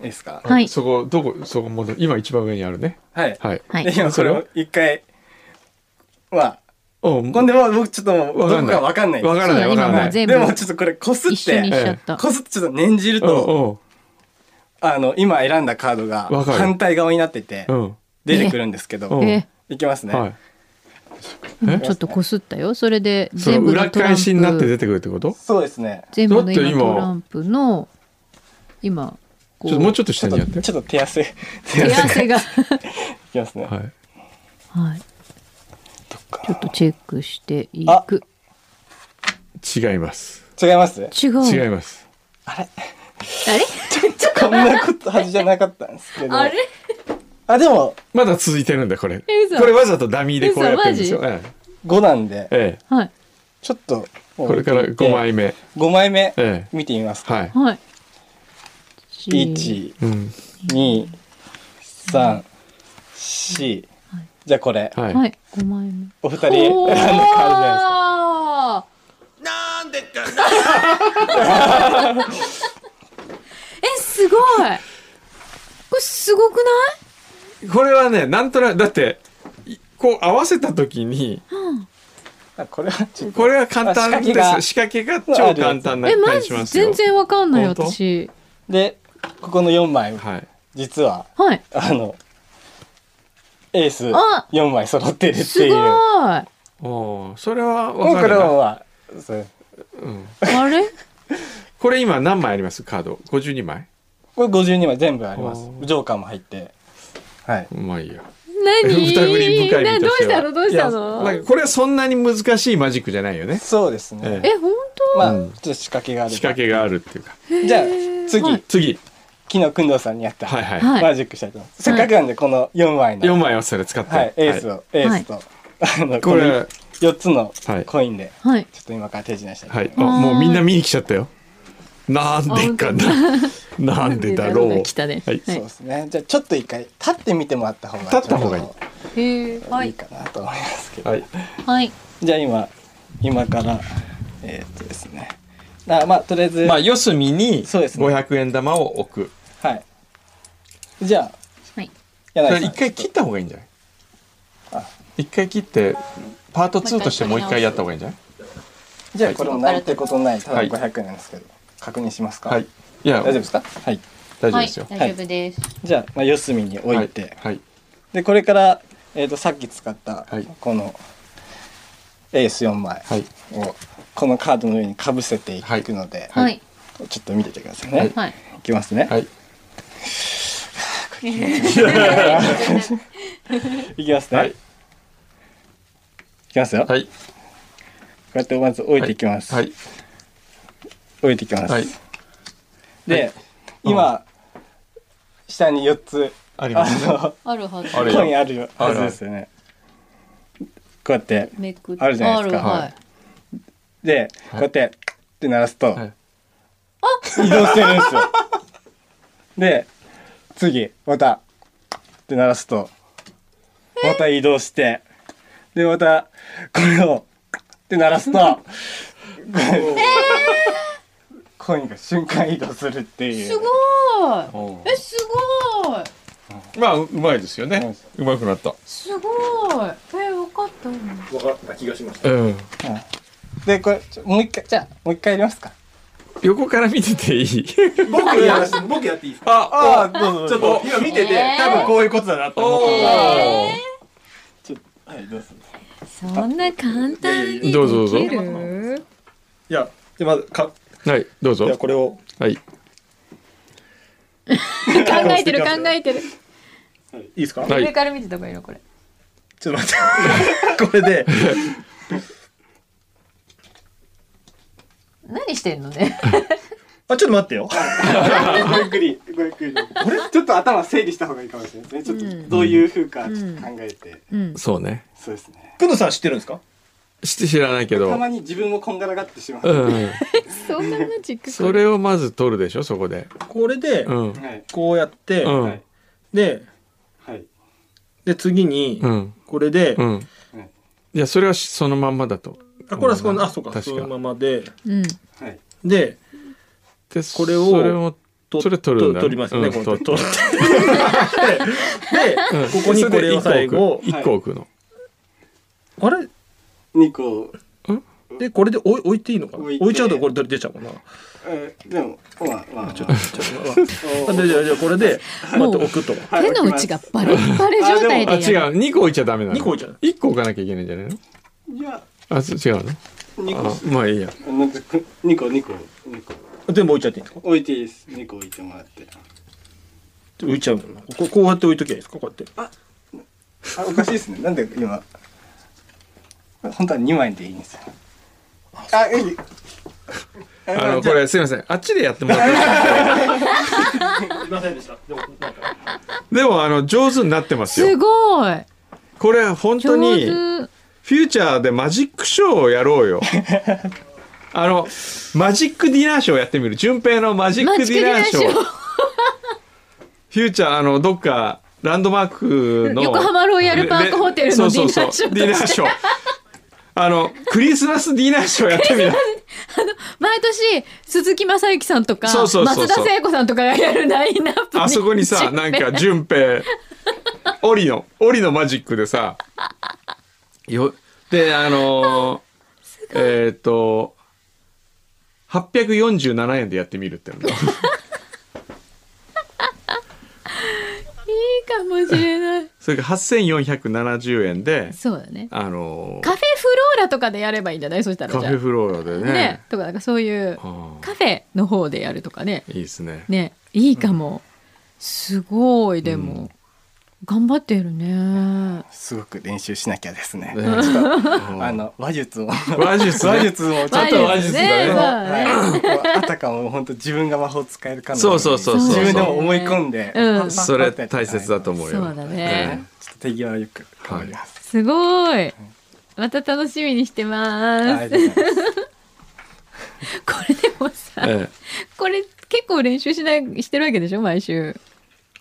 [SPEAKER 4] ですか
[SPEAKER 2] はい
[SPEAKER 3] そこ、どこ、そこも、今一番上にあるね。
[SPEAKER 4] はい、
[SPEAKER 3] はい。
[SPEAKER 2] はい
[SPEAKER 4] で今これを一回まあ
[SPEAKER 3] お
[SPEAKER 4] こんでもう僕ちょっともう
[SPEAKER 3] わ
[SPEAKER 4] ど
[SPEAKER 3] かん
[SPEAKER 4] こ
[SPEAKER 3] ない。
[SPEAKER 4] かわかんない
[SPEAKER 3] わからない、
[SPEAKER 2] そう
[SPEAKER 3] わ
[SPEAKER 2] だ
[SPEAKER 3] から
[SPEAKER 2] 今
[SPEAKER 3] な
[SPEAKER 2] もう
[SPEAKER 3] い。
[SPEAKER 2] 全部
[SPEAKER 4] でもちょっとこれこすっ
[SPEAKER 2] 一緒にし
[SPEAKER 4] て
[SPEAKER 2] ちゃった。
[SPEAKER 4] こすってちょっと念じると
[SPEAKER 3] お
[SPEAKER 4] あの今選んだカードが
[SPEAKER 3] わかる
[SPEAKER 4] 反対側になってて
[SPEAKER 3] うおう。うん。
[SPEAKER 4] 出てくるんですけ
[SPEAKER 3] う
[SPEAKER 4] ど
[SPEAKER 3] ん
[SPEAKER 2] え
[SPEAKER 4] いきますね
[SPEAKER 3] はい。
[SPEAKER 2] 今ちょっとこすったよ。それで
[SPEAKER 3] その
[SPEAKER 2] 全部の
[SPEAKER 3] 裏
[SPEAKER 2] トラン
[SPEAKER 3] 返
[SPEAKER 2] プ
[SPEAKER 3] しになって出てくるってこと
[SPEAKER 4] そうですね
[SPEAKER 2] 全部
[SPEAKER 3] だ
[SPEAKER 2] の
[SPEAKER 3] って今
[SPEAKER 2] 今トランプの今
[SPEAKER 3] ちょ
[SPEAKER 2] こ
[SPEAKER 3] っともう
[SPEAKER 2] う
[SPEAKER 3] ちょっと
[SPEAKER 4] ち
[SPEAKER 3] 下
[SPEAKER 4] ょっ
[SPEAKER 3] にやって
[SPEAKER 4] と。ちょっと手汗手
[SPEAKER 2] 手
[SPEAKER 4] 汗い
[SPEAKER 2] 汗が
[SPEAKER 4] きますねどっ
[SPEAKER 3] はい。
[SPEAKER 2] はい。
[SPEAKER 4] か
[SPEAKER 2] ちょっとチェックしてい
[SPEAKER 4] あ
[SPEAKER 2] く。
[SPEAKER 3] 違います。
[SPEAKER 4] 違います
[SPEAKER 2] 違う。
[SPEAKER 3] 違います。
[SPEAKER 4] あれ
[SPEAKER 2] あれ？
[SPEAKER 4] こんなことはずじゃなかったんですけど
[SPEAKER 2] あれ？
[SPEAKER 4] あでも
[SPEAKER 3] まだ続いてるんだこれ
[SPEAKER 2] え嘘
[SPEAKER 3] これわざとダミーでこうやってるんですよ、
[SPEAKER 2] 嘘
[SPEAKER 3] え
[SPEAKER 4] 5なんで
[SPEAKER 3] えええ
[SPEAKER 2] はい。
[SPEAKER 4] ちょっと
[SPEAKER 3] これから5枚目
[SPEAKER 4] 5枚目
[SPEAKER 3] ええ
[SPEAKER 4] 見てみます
[SPEAKER 3] はい、
[SPEAKER 2] はい。
[SPEAKER 4] 1
[SPEAKER 3] うん
[SPEAKER 4] 2 3 4じゃあこれ
[SPEAKER 3] はい
[SPEAKER 2] はい。五枚目。
[SPEAKER 4] お二人選ん
[SPEAKER 2] お
[SPEAKER 4] で変わるじゃ
[SPEAKER 2] ー
[SPEAKER 1] なんでかな
[SPEAKER 2] え、すごい。これすごくない？
[SPEAKER 3] これはねなんとなくだっていこう合わせた時に
[SPEAKER 4] ないですかこれはちょっと
[SPEAKER 3] これは簡単です
[SPEAKER 4] あ
[SPEAKER 3] 仕掛けが超簡単な
[SPEAKER 2] え、マ
[SPEAKER 3] 感じ
[SPEAKER 2] ジ
[SPEAKER 3] しますよ
[SPEAKER 2] 全然わかんない
[SPEAKER 3] 本当
[SPEAKER 2] 私。
[SPEAKER 4] でここの4枚
[SPEAKER 3] はい
[SPEAKER 4] 実は
[SPEAKER 2] はい。
[SPEAKER 4] あのエース
[SPEAKER 2] あ
[SPEAKER 4] 4枚揃ってるって
[SPEAKER 2] すご
[SPEAKER 4] い。
[SPEAKER 2] いうあ
[SPEAKER 3] おーそれは
[SPEAKER 4] も
[SPEAKER 3] 分
[SPEAKER 4] う
[SPEAKER 3] か
[SPEAKER 4] これ
[SPEAKER 3] るな
[SPEAKER 4] はまあそう
[SPEAKER 2] れ？
[SPEAKER 3] これ今何枚ありますカード52枚
[SPEAKER 4] これ52枚全部あります
[SPEAKER 3] おー
[SPEAKER 4] ジョーカーも入ってはいう
[SPEAKER 3] まあいいや
[SPEAKER 2] 何？
[SPEAKER 3] 二振り深い
[SPEAKER 2] な
[SPEAKER 3] 身
[SPEAKER 2] ど
[SPEAKER 3] とし
[SPEAKER 2] う
[SPEAKER 3] て
[SPEAKER 2] し
[SPEAKER 3] は
[SPEAKER 2] たのどうしたの？
[SPEAKER 3] なんかこれはそんなに難しいマジックじゃないよね
[SPEAKER 4] そうですね
[SPEAKER 3] え
[SPEAKER 2] え、本当？
[SPEAKER 4] まあち
[SPEAKER 3] う
[SPEAKER 4] ょ
[SPEAKER 3] ん
[SPEAKER 4] っと仕掛けがある
[SPEAKER 3] 仕掛けがあるっていうか
[SPEAKER 4] じゃあ
[SPEAKER 2] は
[SPEAKER 4] 次
[SPEAKER 2] い
[SPEAKER 3] 次
[SPEAKER 4] 昨日くんどうさんにやった
[SPEAKER 3] はいはい、
[SPEAKER 2] はい
[SPEAKER 4] マジックしたいと思いますせっかくなんでこの4枚
[SPEAKER 3] 4
[SPEAKER 4] の
[SPEAKER 3] 枚はそれ使って、
[SPEAKER 4] はいエースをエースとあの
[SPEAKER 3] こ
[SPEAKER 4] こ
[SPEAKER 3] れ
[SPEAKER 4] れ4つのコインで
[SPEAKER 2] はい。
[SPEAKER 4] ちょっと今から手品したいと
[SPEAKER 3] は
[SPEAKER 4] 思
[SPEAKER 3] い
[SPEAKER 4] い、
[SPEAKER 3] あも
[SPEAKER 2] あー
[SPEAKER 3] うみんな見に来ちゃったよなんでかななんでだろ
[SPEAKER 2] なんでだろう
[SPEAKER 3] う
[SPEAKER 2] が来たね
[SPEAKER 3] はい
[SPEAKER 4] ますそうですねじゃあちょっと一回立ってみてもらった方が
[SPEAKER 3] 立った方がいい
[SPEAKER 4] ちょっ
[SPEAKER 2] へえ。
[SPEAKER 4] と
[SPEAKER 2] はい
[SPEAKER 4] い
[SPEAKER 2] い。
[SPEAKER 4] かなと思いますけど
[SPEAKER 3] はい
[SPEAKER 2] はい。
[SPEAKER 4] じゃあ今今からえーっとですねあまあとりあえず、
[SPEAKER 3] まあ四隅に
[SPEAKER 4] そうですね
[SPEAKER 3] 500円玉を置く
[SPEAKER 4] はいじゃあ
[SPEAKER 2] はい。
[SPEAKER 3] そ
[SPEAKER 4] 柳
[SPEAKER 3] れ
[SPEAKER 4] 井さん
[SPEAKER 3] 一回切った方がいいんじゃない
[SPEAKER 4] あ
[SPEAKER 3] 一回切ってパート2としてもう一回やった方がいいんじゃない
[SPEAKER 4] じゃあこれもないってことないただ
[SPEAKER 3] はい
[SPEAKER 4] 500円なんですけど、確認しますか
[SPEAKER 3] はいいや
[SPEAKER 4] 大丈夫ですかはい
[SPEAKER 3] 大丈夫
[SPEAKER 2] は
[SPEAKER 3] で
[SPEAKER 2] い
[SPEAKER 3] すよ
[SPEAKER 2] 大丈夫です。
[SPEAKER 4] じゃあ、まあ、四隅に置いて、
[SPEAKER 3] はい、はい
[SPEAKER 4] でこれから、えー、とさっき使った
[SPEAKER 3] はい
[SPEAKER 4] このエース4枚
[SPEAKER 3] はい
[SPEAKER 4] をこのカードの上にかぶせてい
[SPEAKER 3] はい
[SPEAKER 4] くので、
[SPEAKER 2] はい。
[SPEAKER 4] ちょっと見ててくださいね、い、
[SPEAKER 2] はい。
[SPEAKER 4] きますね、
[SPEAKER 3] はい
[SPEAKER 4] い、きますね、、
[SPEAKER 3] はいい
[SPEAKER 4] きますよ、
[SPEAKER 3] は
[SPEAKER 4] こ
[SPEAKER 3] い、
[SPEAKER 4] うやってまず置いていきます、
[SPEAKER 3] はい
[SPEAKER 4] 置いていきます、
[SPEAKER 3] はい
[SPEAKER 4] で、今下に4つ
[SPEAKER 3] ありますね
[SPEAKER 4] の
[SPEAKER 2] あるはず。
[SPEAKER 3] あるよ
[SPEAKER 4] コインあるは
[SPEAKER 3] あ
[SPEAKER 4] ず
[SPEAKER 3] るある
[SPEAKER 4] ですよねこうやって
[SPEAKER 2] めくっ
[SPEAKER 4] あるじゃないですか
[SPEAKER 2] あるはい。
[SPEAKER 4] でこうやって、って鳴らすと、
[SPEAKER 3] はい
[SPEAKER 4] 移動してるんですよで次またって鳴らすとまた移動してでまたこれをって鳴らすと、コインが瞬間移動するっていう
[SPEAKER 2] すご
[SPEAKER 3] おう
[SPEAKER 2] い。え、すごい。
[SPEAKER 3] まあううまいですよねうまくなった
[SPEAKER 2] すごい。え、分かった。
[SPEAKER 4] 分かった気がしまし
[SPEAKER 3] うん
[SPEAKER 4] たでこれちょもう一回じゃあもう一回やりますか
[SPEAKER 3] 横から見てていい
[SPEAKER 5] 僕やらし僕やっていいですか
[SPEAKER 3] あ
[SPEAKER 4] あどう
[SPEAKER 5] ちょっと今見てて、
[SPEAKER 2] えー
[SPEAKER 5] 多分こういうことだなと思った
[SPEAKER 3] おー
[SPEAKER 4] ちょっとはいどうぞ
[SPEAKER 2] そんな簡単に
[SPEAKER 3] どうぞどうぞ
[SPEAKER 2] できる？
[SPEAKER 5] いやじゃあまずか
[SPEAKER 3] はいどう
[SPEAKER 5] じゃあ
[SPEAKER 3] ぞ
[SPEAKER 5] これを
[SPEAKER 3] はい
[SPEAKER 2] 考えてる考えてる。
[SPEAKER 5] いいですか、
[SPEAKER 3] はい
[SPEAKER 2] 上から見てた方がいいのこれ。
[SPEAKER 5] ちょっと待ってこれで
[SPEAKER 2] 何してんのね。
[SPEAKER 5] あちょっと待ってよ
[SPEAKER 4] ごゆっくりごゆっくりこれちょっと頭整理した方がいいかもしれないですねちょっとどういう風かちょっと考えて、
[SPEAKER 2] うん。
[SPEAKER 3] そうね
[SPEAKER 4] そうですね
[SPEAKER 5] くのさん知ってるんですか
[SPEAKER 3] して知らないけど
[SPEAKER 4] たまに自分もこんがらがってしまう、
[SPEAKER 3] うん
[SPEAKER 2] そんなマジック。
[SPEAKER 3] それをまず取るでしょそこで
[SPEAKER 5] これで
[SPEAKER 3] うん
[SPEAKER 4] はい
[SPEAKER 5] こうやって、
[SPEAKER 3] うん
[SPEAKER 4] はい
[SPEAKER 5] で
[SPEAKER 4] はい
[SPEAKER 5] で次に
[SPEAKER 3] うん
[SPEAKER 5] これで、
[SPEAKER 3] うん
[SPEAKER 4] はい
[SPEAKER 3] いやそれはしそのまんまだと
[SPEAKER 5] あこれはそこのあそう
[SPEAKER 3] 確
[SPEAKER 5] か
[SPEAKER 3] か
[SPEAKER 5] そのままで
[SPEAKER 2] うん。
[SPEAKER 4] はい
[SPEAKER 5] で
[SPEAKER 3] で
[SPEAKER 5] これを
[SPEAKER 3] それも
[SPEAKER 5] と
[SPEAKER 3] それ取るんだね
[SPEAKER 5] と取りますよね、
[SPEAKER 3] うん
[SPEAKER 5] こうやって
[SPEAKER 3] 取
[SPEAKER 5] 取ってで
[SPEAKER 3] うん
[SPEAKER 5] ここにこれを
[SPEAKER 3] そで
[SPEAKER 5] 最後
[SPEAKER 3] 一個置く一個置くの
[SPEAKER 5] あれ
[SPEAKER 4] 2個、
[SPEAKER 5] でこれで置い置いていいのかな
[SPEAKER 4] 置
[SPEAKER 5] 置
[SPEAKER 4] い
[SPEAKER 5] い
[SPEAKER 4] て
[SPEAKER 5] ちゃうとこれ取れ出ちゃ うかな
[SPEAKER 4] えー、でもまあまあ
[SPEAKER 5] ちょっとちょっとまあでじゃあじゃあこれでこうやって置くと
[SPEAKER 4] はい
[SPEAKER 2] 手の内がバレッバレ状態
[SPEAKER 3] あ
[SPEAKER 2] でや
[SPEAKER 3] 違
[SPEAKER 2] る。
[SPEAKER 3] う二個置いちゃダメなの
[SPEAKER 5] 二個置いちゃダメ
[SPEAKER 3] 一個置かなきゃいけないんじゃないの
[SPEAKER 4] いや
[SPEAKER 3] あそ違うの
[SPEAKER 4] 2個
[SPEAKER 3] あまあいいや
[SPEAKER 4] なんか2個2個2個
[SPEAKER 5] 全部置いちゃっていいんですか
[SPEAKER 4] 置いていいです2個置いてもらって
[SPEAKER 5] 浮いちゃうもんなこうこうやって置いときゃいいですかこうやって
[SPEAKER 4] あおかしいですねなんで今本当は2枚でいいんですよあいい
[SPEAKER 3] あのこれすいませんあっちでやってもらっていいですか
[SPEAKER 5] すいませんでしたでもなんか
[SPEAKER 3] でもあの上手になってます
[SPEAKER 2] す
[SPEAKER 3] よ
[SPEAKER 2] ごい
[SPEAKER 3] これ本当に
[SPEAKER 2] 上手
[SPEAKER 3] フューチャーでマジックショーをやろう よあのマジックディナーショーやってみる順平のマジックディナーショー
[SPEAKER 2] マジックディナーショー
[SPEAKER 3] フューチャーあのどっかランドマークの
[SPEAKER 2] 横浜ロイヤルパークホテルの
[SPEAKER 3] ねそうそうそう
[SPEAKER 2] ディナーシ
[SPEAKER 3] ディナーシ
[SPEAKER 2] ョーとして
[SPEAKER 3] ョーあのクリスマスディナーショーやってみる
[SPEAKER 2] 毎年鈴木雅之さんとか
[SPEAKER 3] そうそうそうそう
[SPEAKER 2] 松田聖子さんとかがやるラインナップ
[SPEAKER 3] あそこに さなんか順平オリのオリのマジックでさよであのーえっ、と847円でやってみるってのね
[SPEAKER 2] いいかもし れない
[SPEAKER 3] それが8470円で
[SPEAKER 2] そうだね
[SPEAKER 3] あのー
[SPEAKER 2] カフェフローラとかでやればいいんじゃないそしたらじゃ
[SPEAKER 3] カ
[SPEAKER 2] あ
[SPEAKER 3] フェフローラでね
[SPEAKER 2] ねとかなんかそういう
[SPEAKER 3] ああ
[SPEAKER 2] カフェの方でやるとかね
[SPEAKER 3] いいですね
[SPEAKER 2] ねいいかも、すごいでも、頑張ってるね
[SPEAKER 4] すごく練習しなきゃですね。
[SPEAKER 3] ね
[SPEAKER 4] ちょっと
[SPEAKER 3] うん
[SPEAKER 4] あの話術を
[SPEAKER 3] 話術ね
[SPEAKER 4] 話術をちょっ
[SPEAKER 3] あ
[SPEAKER 4] と
[SPEAKER 3] と話術だね
[SPEAKER 2] ねそうだね
[SPEAKER 4] はいあたかも本当自分が魔法使えるかのよに
[SPEAKER 3] そうそうそうそう
[SPEAKER 4] 自分でも思い込んで、
[SPEAKER 2] うん
[SPEAKER 4] パッパッパッ
[SPEAKER 3] それ
[SPEAKER 4] ってやって
[SPEAKER 3] 大切だと思うよ
[SPEAKER 2] そうだね
[SPEAKER 4] はいちょっと手際よく頑張ります、
[SPEAKER 2] すごいまた楽しみにしてま
[SPEAKER 4] あり
[SPEAKER 2] す、
[SPEAKER 4] がとうございます
[SPEAKER 2] これでもさ、
[SPEAKER 3] え
[SPEAKER 2] これ結構練習しないしてるわけでしょ毎週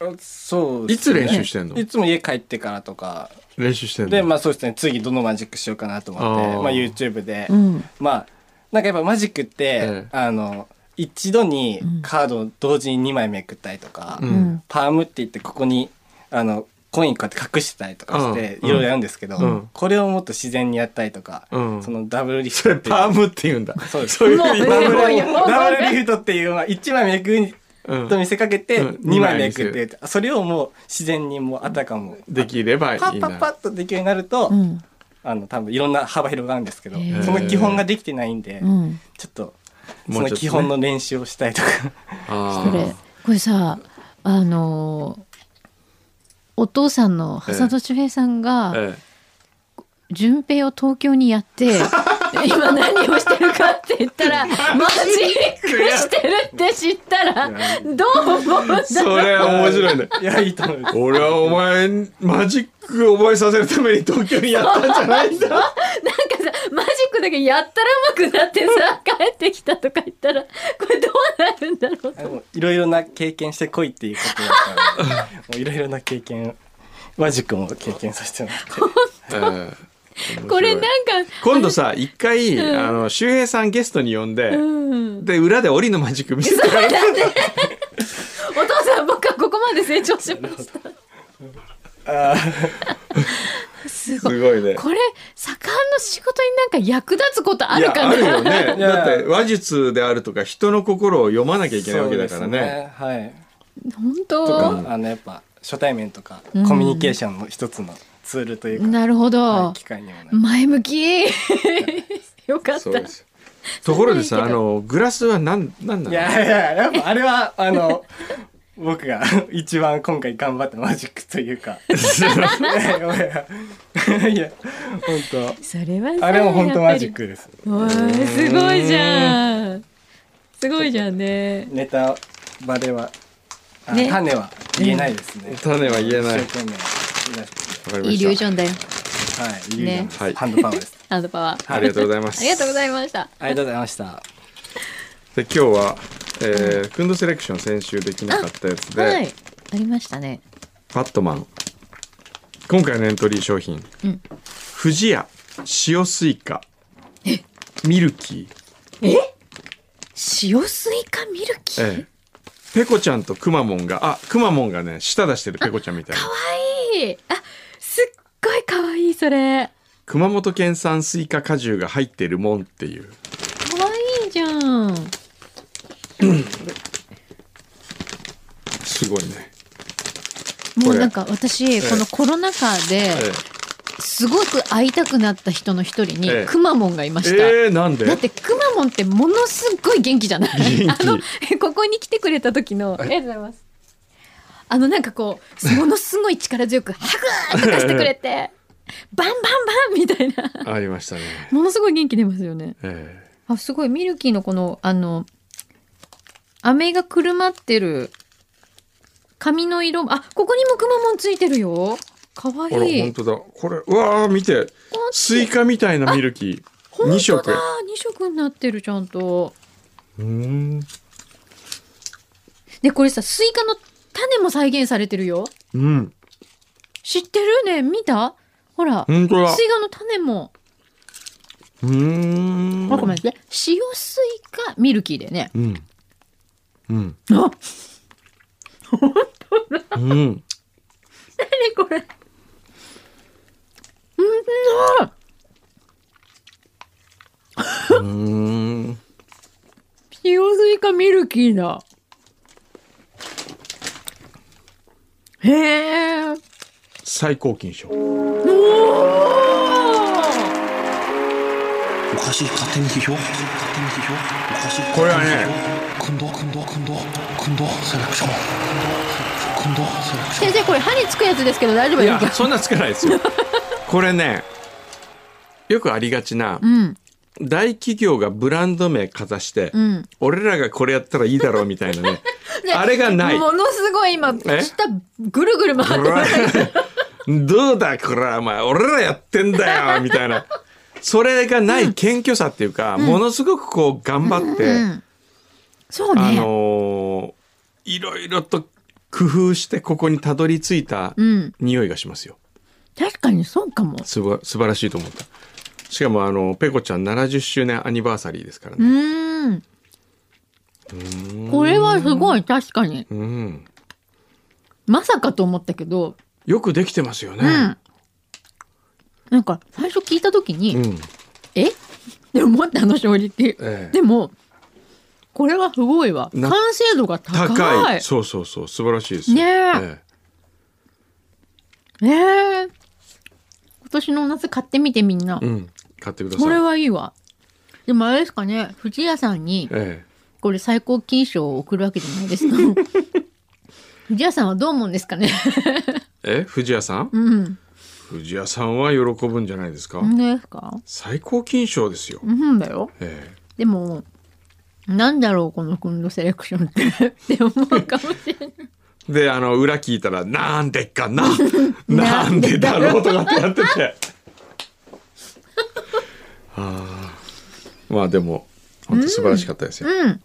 [SPEAKER 4] あそう
[SPEAKER 3] い
[SPEAKER 4] です
[SPEAKER 3] つ
[SPEAKER 4] ね
[SPEAKER 3] 練習してんの
[SPEAKER 4] いつも家帰ってからとか
[SPEAKER 3] 練習してんの
[SPEAKER 4] でまあそうですね次どのマジックしようかなと思って
[SPEAKER 3] あー
[SPEAKER 4] まあ YouTube で、
[SPEAKER 2] うん
[SPEAKER 4] まあなんかやっぱマジックって、
[SPEAKER 3] ええ
[SPEAKER 4] あの一度にカードを同時に2枚めくったりとか、
[SPEAKER 3] う
[SPEAKER 2] うんん
[SPEAKER 4] パームって言ってここにあのコインこうやって隠してたりとかして
[SPEAKER 3] う
[SPEAKER 4] い
[SPEAKER 3] ん
[SPEAKER 4] ろいろやるんですけど、
[SPEAKER 3] うん
[SPEAKER 4] これをもっと自然にやったりとか、
[SPEAKER 3] うん
[SPEAKER 4] そのダブルリフ
[SPEAKER 3] そ
[SPEAKER 4] トっ
[SPEAKER 3] れ
[SPEAKER 4] て
[SPEAKER 3] パー
[SPEAKER 4] いう
[SPEAKER 3] ムって言うんだ
[SPEAKER 4] そうです
[SPEAKER 3] そういうふうに
[SPEAKER 2] もう
[SPEAKER 4] ダブル
[SPEAKER 2] もうもう
[SPEAKER 4] ダブルリフトっていう、まあ、1枚めく
[SPEAKER 3] うん
[SPEAKER 4] と見せかけて
[SPEAKER 3] うん
[SPEAKER 4] 2枚めくっ
[SPEAKER 3] 二枚
[SPEAKER 4] てそれをもう自然にもうあたかも
[SPEAKER 3] できればいいな
[SPEAKER 4] パッパッパッとできるようになると、
[SPEAKER 2] うん
[SPEAKER 4] あの多分いろんな幅広がるんですけど、
[SPEAKER 2] へー
[SPEAKER 4] その基本ができてないんで、
[SPEAKER 2] うん
[SPEAKER 4] ちょっと
[SPEAKER 3] も
[SPEAKER 4] そう
[SPEAKER 3] ちょっとね
[SPEAKER 4] の基本の練習をしたいとか、
[SPEAKER 3] あ
[SPEAKER 2] こ
[SPEAKER 3] ー
[SPEAKER 2] れこれさあのーお父さんの浅戸周平さんが、
[SPEAKER 3] ええ
[SPEAKER 2] 順平を東京にや って、今何をしてるかって言ったら、マジックしてるって知ったら、どう思うんだ
[SPEAKER 3] それは面白いね。
[SPEAKER 4] いやいいと思います
[SPEAKER 3] 俺はお前、マジック覚えさせるために東京にやったんじゃ ないんだ。
[SPEAKER 2] なんかさ、マジックだけやったら上手くなって さ、帰ってきたとか言ったら、これどうなるんだろう
[SPEAKER 4] あのいろいろな経験してこいっていうことだ ったのでもういろいろな経験をマジックも経験させてもらって
[SPEAKER 3] ええ
[SPEAKER 2] これなんか、
[SPEAKER 3] 今度さ、一回、あの、周平さんゲストに呼んで、
[SPEAKER 2] うん。
[SPEAKER 3] で、裏で檻のマジック見せてもらう
[SPEAKER 2] お父さん、僕はここまで成長しました。
[SPEAKER 4] あ
[SPEAKER 2] すごい。
[SPEAKER 3] すごいね。
[SPEAKER 2] これ、左官の仕事になんか役立つことあ
[SPEAKER 3] い
[SPEAKER 2] る
[SPEAKER 3] や、
[SPEAKER 2] か
[SPEAKER 3] あ
[SPEAKER 2] な
[SPEAKER 3] るよね。
[SPEAKER 4] いや
[SPEAKER 3] だって、話術であるとか、人の心を読まなきゃいけ
[SPEAKER 4] ー
[SPEAKER 3] ないわけだからね。
[SPEAKER 4] そうですね
[SPEAKER 2] 本
[SPEAKER 4] はい、
[SPEAKER 2] 当
[SPEAKER 4] あのやっぱ初対面とか、
[SPEAKER 2] うん
[SPEAKER 4] コミュニケーションの一つのツールというか、
[SPEAKER 2] なるほ
[SPEAKER 4] は
[SPEAKER 2] ど
[SPEAKER 4] い、。機会にもなる
[SPEAKER 2] 前向き よかった
[SPEAKER 3] す。ところでさ、
[SPEAKER 2] そん
[SPEAKER 3] あ
[SPEAKER 2] なにいいけど
[SPEAKER 3] の、グラスはなん、なんないの
[SPEAKER 4] やいややっぱあれはあの僕が一番今回頑張ったマジックという かいやいやいや本
[SPEAKER 2] それは
[SPEAKER 4] 当
[SPEAKER 2] さ
[SPEAKER 4] あれも本当マジッ
[SPEAKER 2] やっ
[SPEAKER 4] クです
[SPEAKER 2] ぱりおーすごいじゃんすごいじゃんね
[SPEAKER 4] ネタバレは、あ
[SPEAKER 2] ね
[SPEAKER 4] 種は言えないですね、
[SPEAKER 3] 種は言えない。わか
[SPEAKER 4] 一生懸命
[SPEAKER 3] りま
[SPEAKER 2] イリュー
[SPEAKER 3] し
[SPEAKER 2] ジ
[SPEAKER 3] た。
[SPEAKER 2] ョンだよ
[SPEAKER 4] はい言うじゃんです
[SPEAKER 3] はい
[SPEAKER 4] ハンドパワーです
[SPEAKER 2] ハンドパワー
[SPEAKER 3] ありがとうございま
[SPEAKER 2] あ
[SPEAKER 3] す。
[SPEAKER 2] りがとうございました
[SPEAKER 4] ありがとうございました
[SPEAKER 3] で今日は、えー、クンドセレクション先週できなかったやつで、
[SPEAKER 2] はいありましたね
[SPEAKER 3] バットマン今回のエントリー商品、
[SPEAKER 2] うん
[SPEAKER 3] 不二家塩スイカミルキ
[SPEAKER 2] 塩スイカミルキ
[SPEAKER 3] ー、
[SPEAKER 2] ー、
[SPEAKER 3] ええ、ペコちゃんとくまモンがあくまモンがね舌出してるペコちゃんみたいな
[SPEAKER 2] はいあすっごい可愛いそれ
[SPEAKER 3] 熊本県産スイカ果汁が入ってるもんっていう
[SPEAKER 2] 可愛いじゃん
[SPEAKER 3] すごいね、
[SPEAKER 2] もうなんか私
[SPEAKER 3] え
[SPEAKER 2] このコロナ禍で
[SPEAKER 3] え
[SPEAKER 2] すごく会いたくなった人の一人に
[SPEAKER 3] ええ
[SPEAKER 2] くまモンがいま
[SPEAKER 3] え
[SPEAKER 2] した、
[SPEAKER 3] えーなんで
[SPEAKER 2] だってくまモンってものすっごい元気じゃない
[SPEAKER 3] 元気
[SPEAKER 2] あのえここに来てくれた時のありがとうございますあのなんかこうものすごい力強く「ハグー!」とかしてく れて「バンバンバン!」みたいな
[SPEAKER 3] ありましたね、
[SPEAKER 2] ものすごい元気出ますよね
[SPEAKER 3] え
[SPEAKER 2] あすごいミルキーのこのあの飴がくるまってる髪の色もあここにもくまモンついてるよかわ
[SPEAKER 3] ほら
[SPEAKER 2] い
[SPEAKER 3] 本
[SPEAKER 2] い
[SPEAKER 3] 当だこれうわー見てスイカみたいなミルキー2
[SPEAKER 2] 本当
[SPEAKER 3] 色
[SPEAKER 2] だ2色になってるちゃんと
[SPEAKER 3] うーん
[SPEAKER 2] でこれさスイカの種も再現されてるよ
[SPEAKER 3] うん
[SPEAKER 2] 知ってるね見たほら
[SPEAKER 3] 本当だ
[SPEAKER 2] スイカの種も
[SPEAKER 3] うーん
[SPEAKER 2] ごめんね塩スイカミルキーだよね
[SPEAKER 3] うんうん
[SPEAKER 2] あ
[SPEAKER 3] うん
[SPEAKER 2] 何これ
[SPEAKER 3] うーん
[SPEAKER 2] 塩スイカミルキーだへえ
[SPEAKER 3] 最高金賞
[SPEAKER 2] おー
[SPEAKER 6] おかしい勝手に批評勝手に批評おかしい
[SPEAKER 3] これはね
[SPEAKER 6] 今度今度今度今度セレクション今度セレクション
[SPEAKER 2] 先生これ歯につくやつですけど大丈夫
[SPEAKER 3] い
[SPEAKER 2] です
[SPEAKER 3] や
[SPEAKER 2] か
[SPEAKER 3] そんなつかないですよこれねよくありがちな
[SPEAKER 2] うん
[SPEAKER 3] 大企業がブランド名かざして、
[SPEAKER 2] うん
[SPEAKER 3] 俺らがこれやったらいいだろうみたいなね
[SPEAKER 2] ね
[SPEAKER 3] あれがない
[SPEAKER 2] ものすごい今
[SPEAKER 3] え
[SPEAKER 2] 下ぐるぐる回ってます
[SPEAKER 3] どうだこらお前俺らやってんだよみたいなそれがない謙虚さっていうか、ものすごくこう頑張って、
[SPEAKER 2] うんそうね
[SPEAKER 3] あのーいろいろと工夫してここにたどり着いた
[SPEAKER 2] うん
[SPEAKER 3] 匂いがしますよ
[SPEAKER 2] 確かにそうかも
[SPEAKER 3] すば素晴らしいと思ったしかもあのペコちゃん70周年アニバーサリーですから
[SPEAKER 2] う
[SPEAKER 3] ね
[SPEAKER 2] ーんこれはすごい確かに
[SPEAKER 3] うん、
[SPEAKER 2] まさかと思ったけど
[SPEAKER 3] よくできてますよ
[SPEAKER 2] うん、
[SPEAKER 3] ね
[SPEAKER 2] なんか最初聞いた時に、
[SPEAKER 3] うん、
[SPEAKER 2] えって思ったの正直、
[SPEAKER 3] ええ
[SPEAKER 2] でもこれはすごいわ
[SPEAKER 3] な
[SPEAKER 2] 完成度が高い
[SPEAKER 3] 高いそうそうそう素晴らしいですよ
[SPEAKER 2] ねえ
[SPEAKER 3] え
[SPEAKER 2] ねえ今年の夏買ってみてみんな、
[SPEAKER 3] えうん買ってください
[SPEAKER 2] これはいいわでもあれですかね藤屋さんに
[SPEAKER 3] え
[SPEAKER 2] これ最高金賞を送るわけじゃないで すか藤屋さんはどう思うんですかね
[SPEAKER 3] ええ藤谷さん
[SPEAKER 2] うん
[SPEAKER 3] 藤谷さんは喜ぶんじゃないですか、
[SPEAKER 2] 本当ですか
[SPEAKER 3] 最高金賞ですよ、
[SPEAKER 2] うんだよ
[SPEAKER 3] え
[SPEAKER 2] でもなんだろうこのクンドセレクションってって思うかもしれない
[SPEAKER 3] えであの裏聞いたら「なんでかな なんでだろう」とかってやって てあーまあでも本当素晴らしかったですよ、
[SPEAKER 2] うん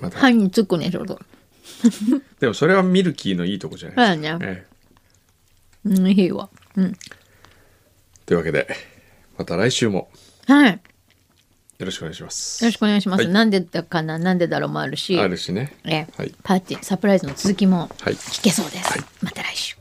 [SPEAKER 3] また
[SPEAKER 2] 歯につくねちょっと
[SPEAKER 3] でもそれはミルキーのいいとこじゃないですか、
[SPEAKER 2] そうだ
[SPEAKER 3] ええ
[SPEAKER 2] うんいいわうん
[SPEAKER 3] というわけでまた来週も
[SPEAKER 2] はいよ
[SPEAKER 3] よろしくお願いします
[SPEAKER 2] ろしくお願いします、
[SPEAKER 3] はい
[SPEAKER 2] なんでだかななんでだろうもあるし
[SPEAKER 3] あるしね
[SPEAKER 2] ええ
[SPEAKER 3] はい
[SPEAKER 2] パーティーサプライズの続きも
[SPEAKER 3] はい
[SPEAKER 2] 聞けそうです、また来週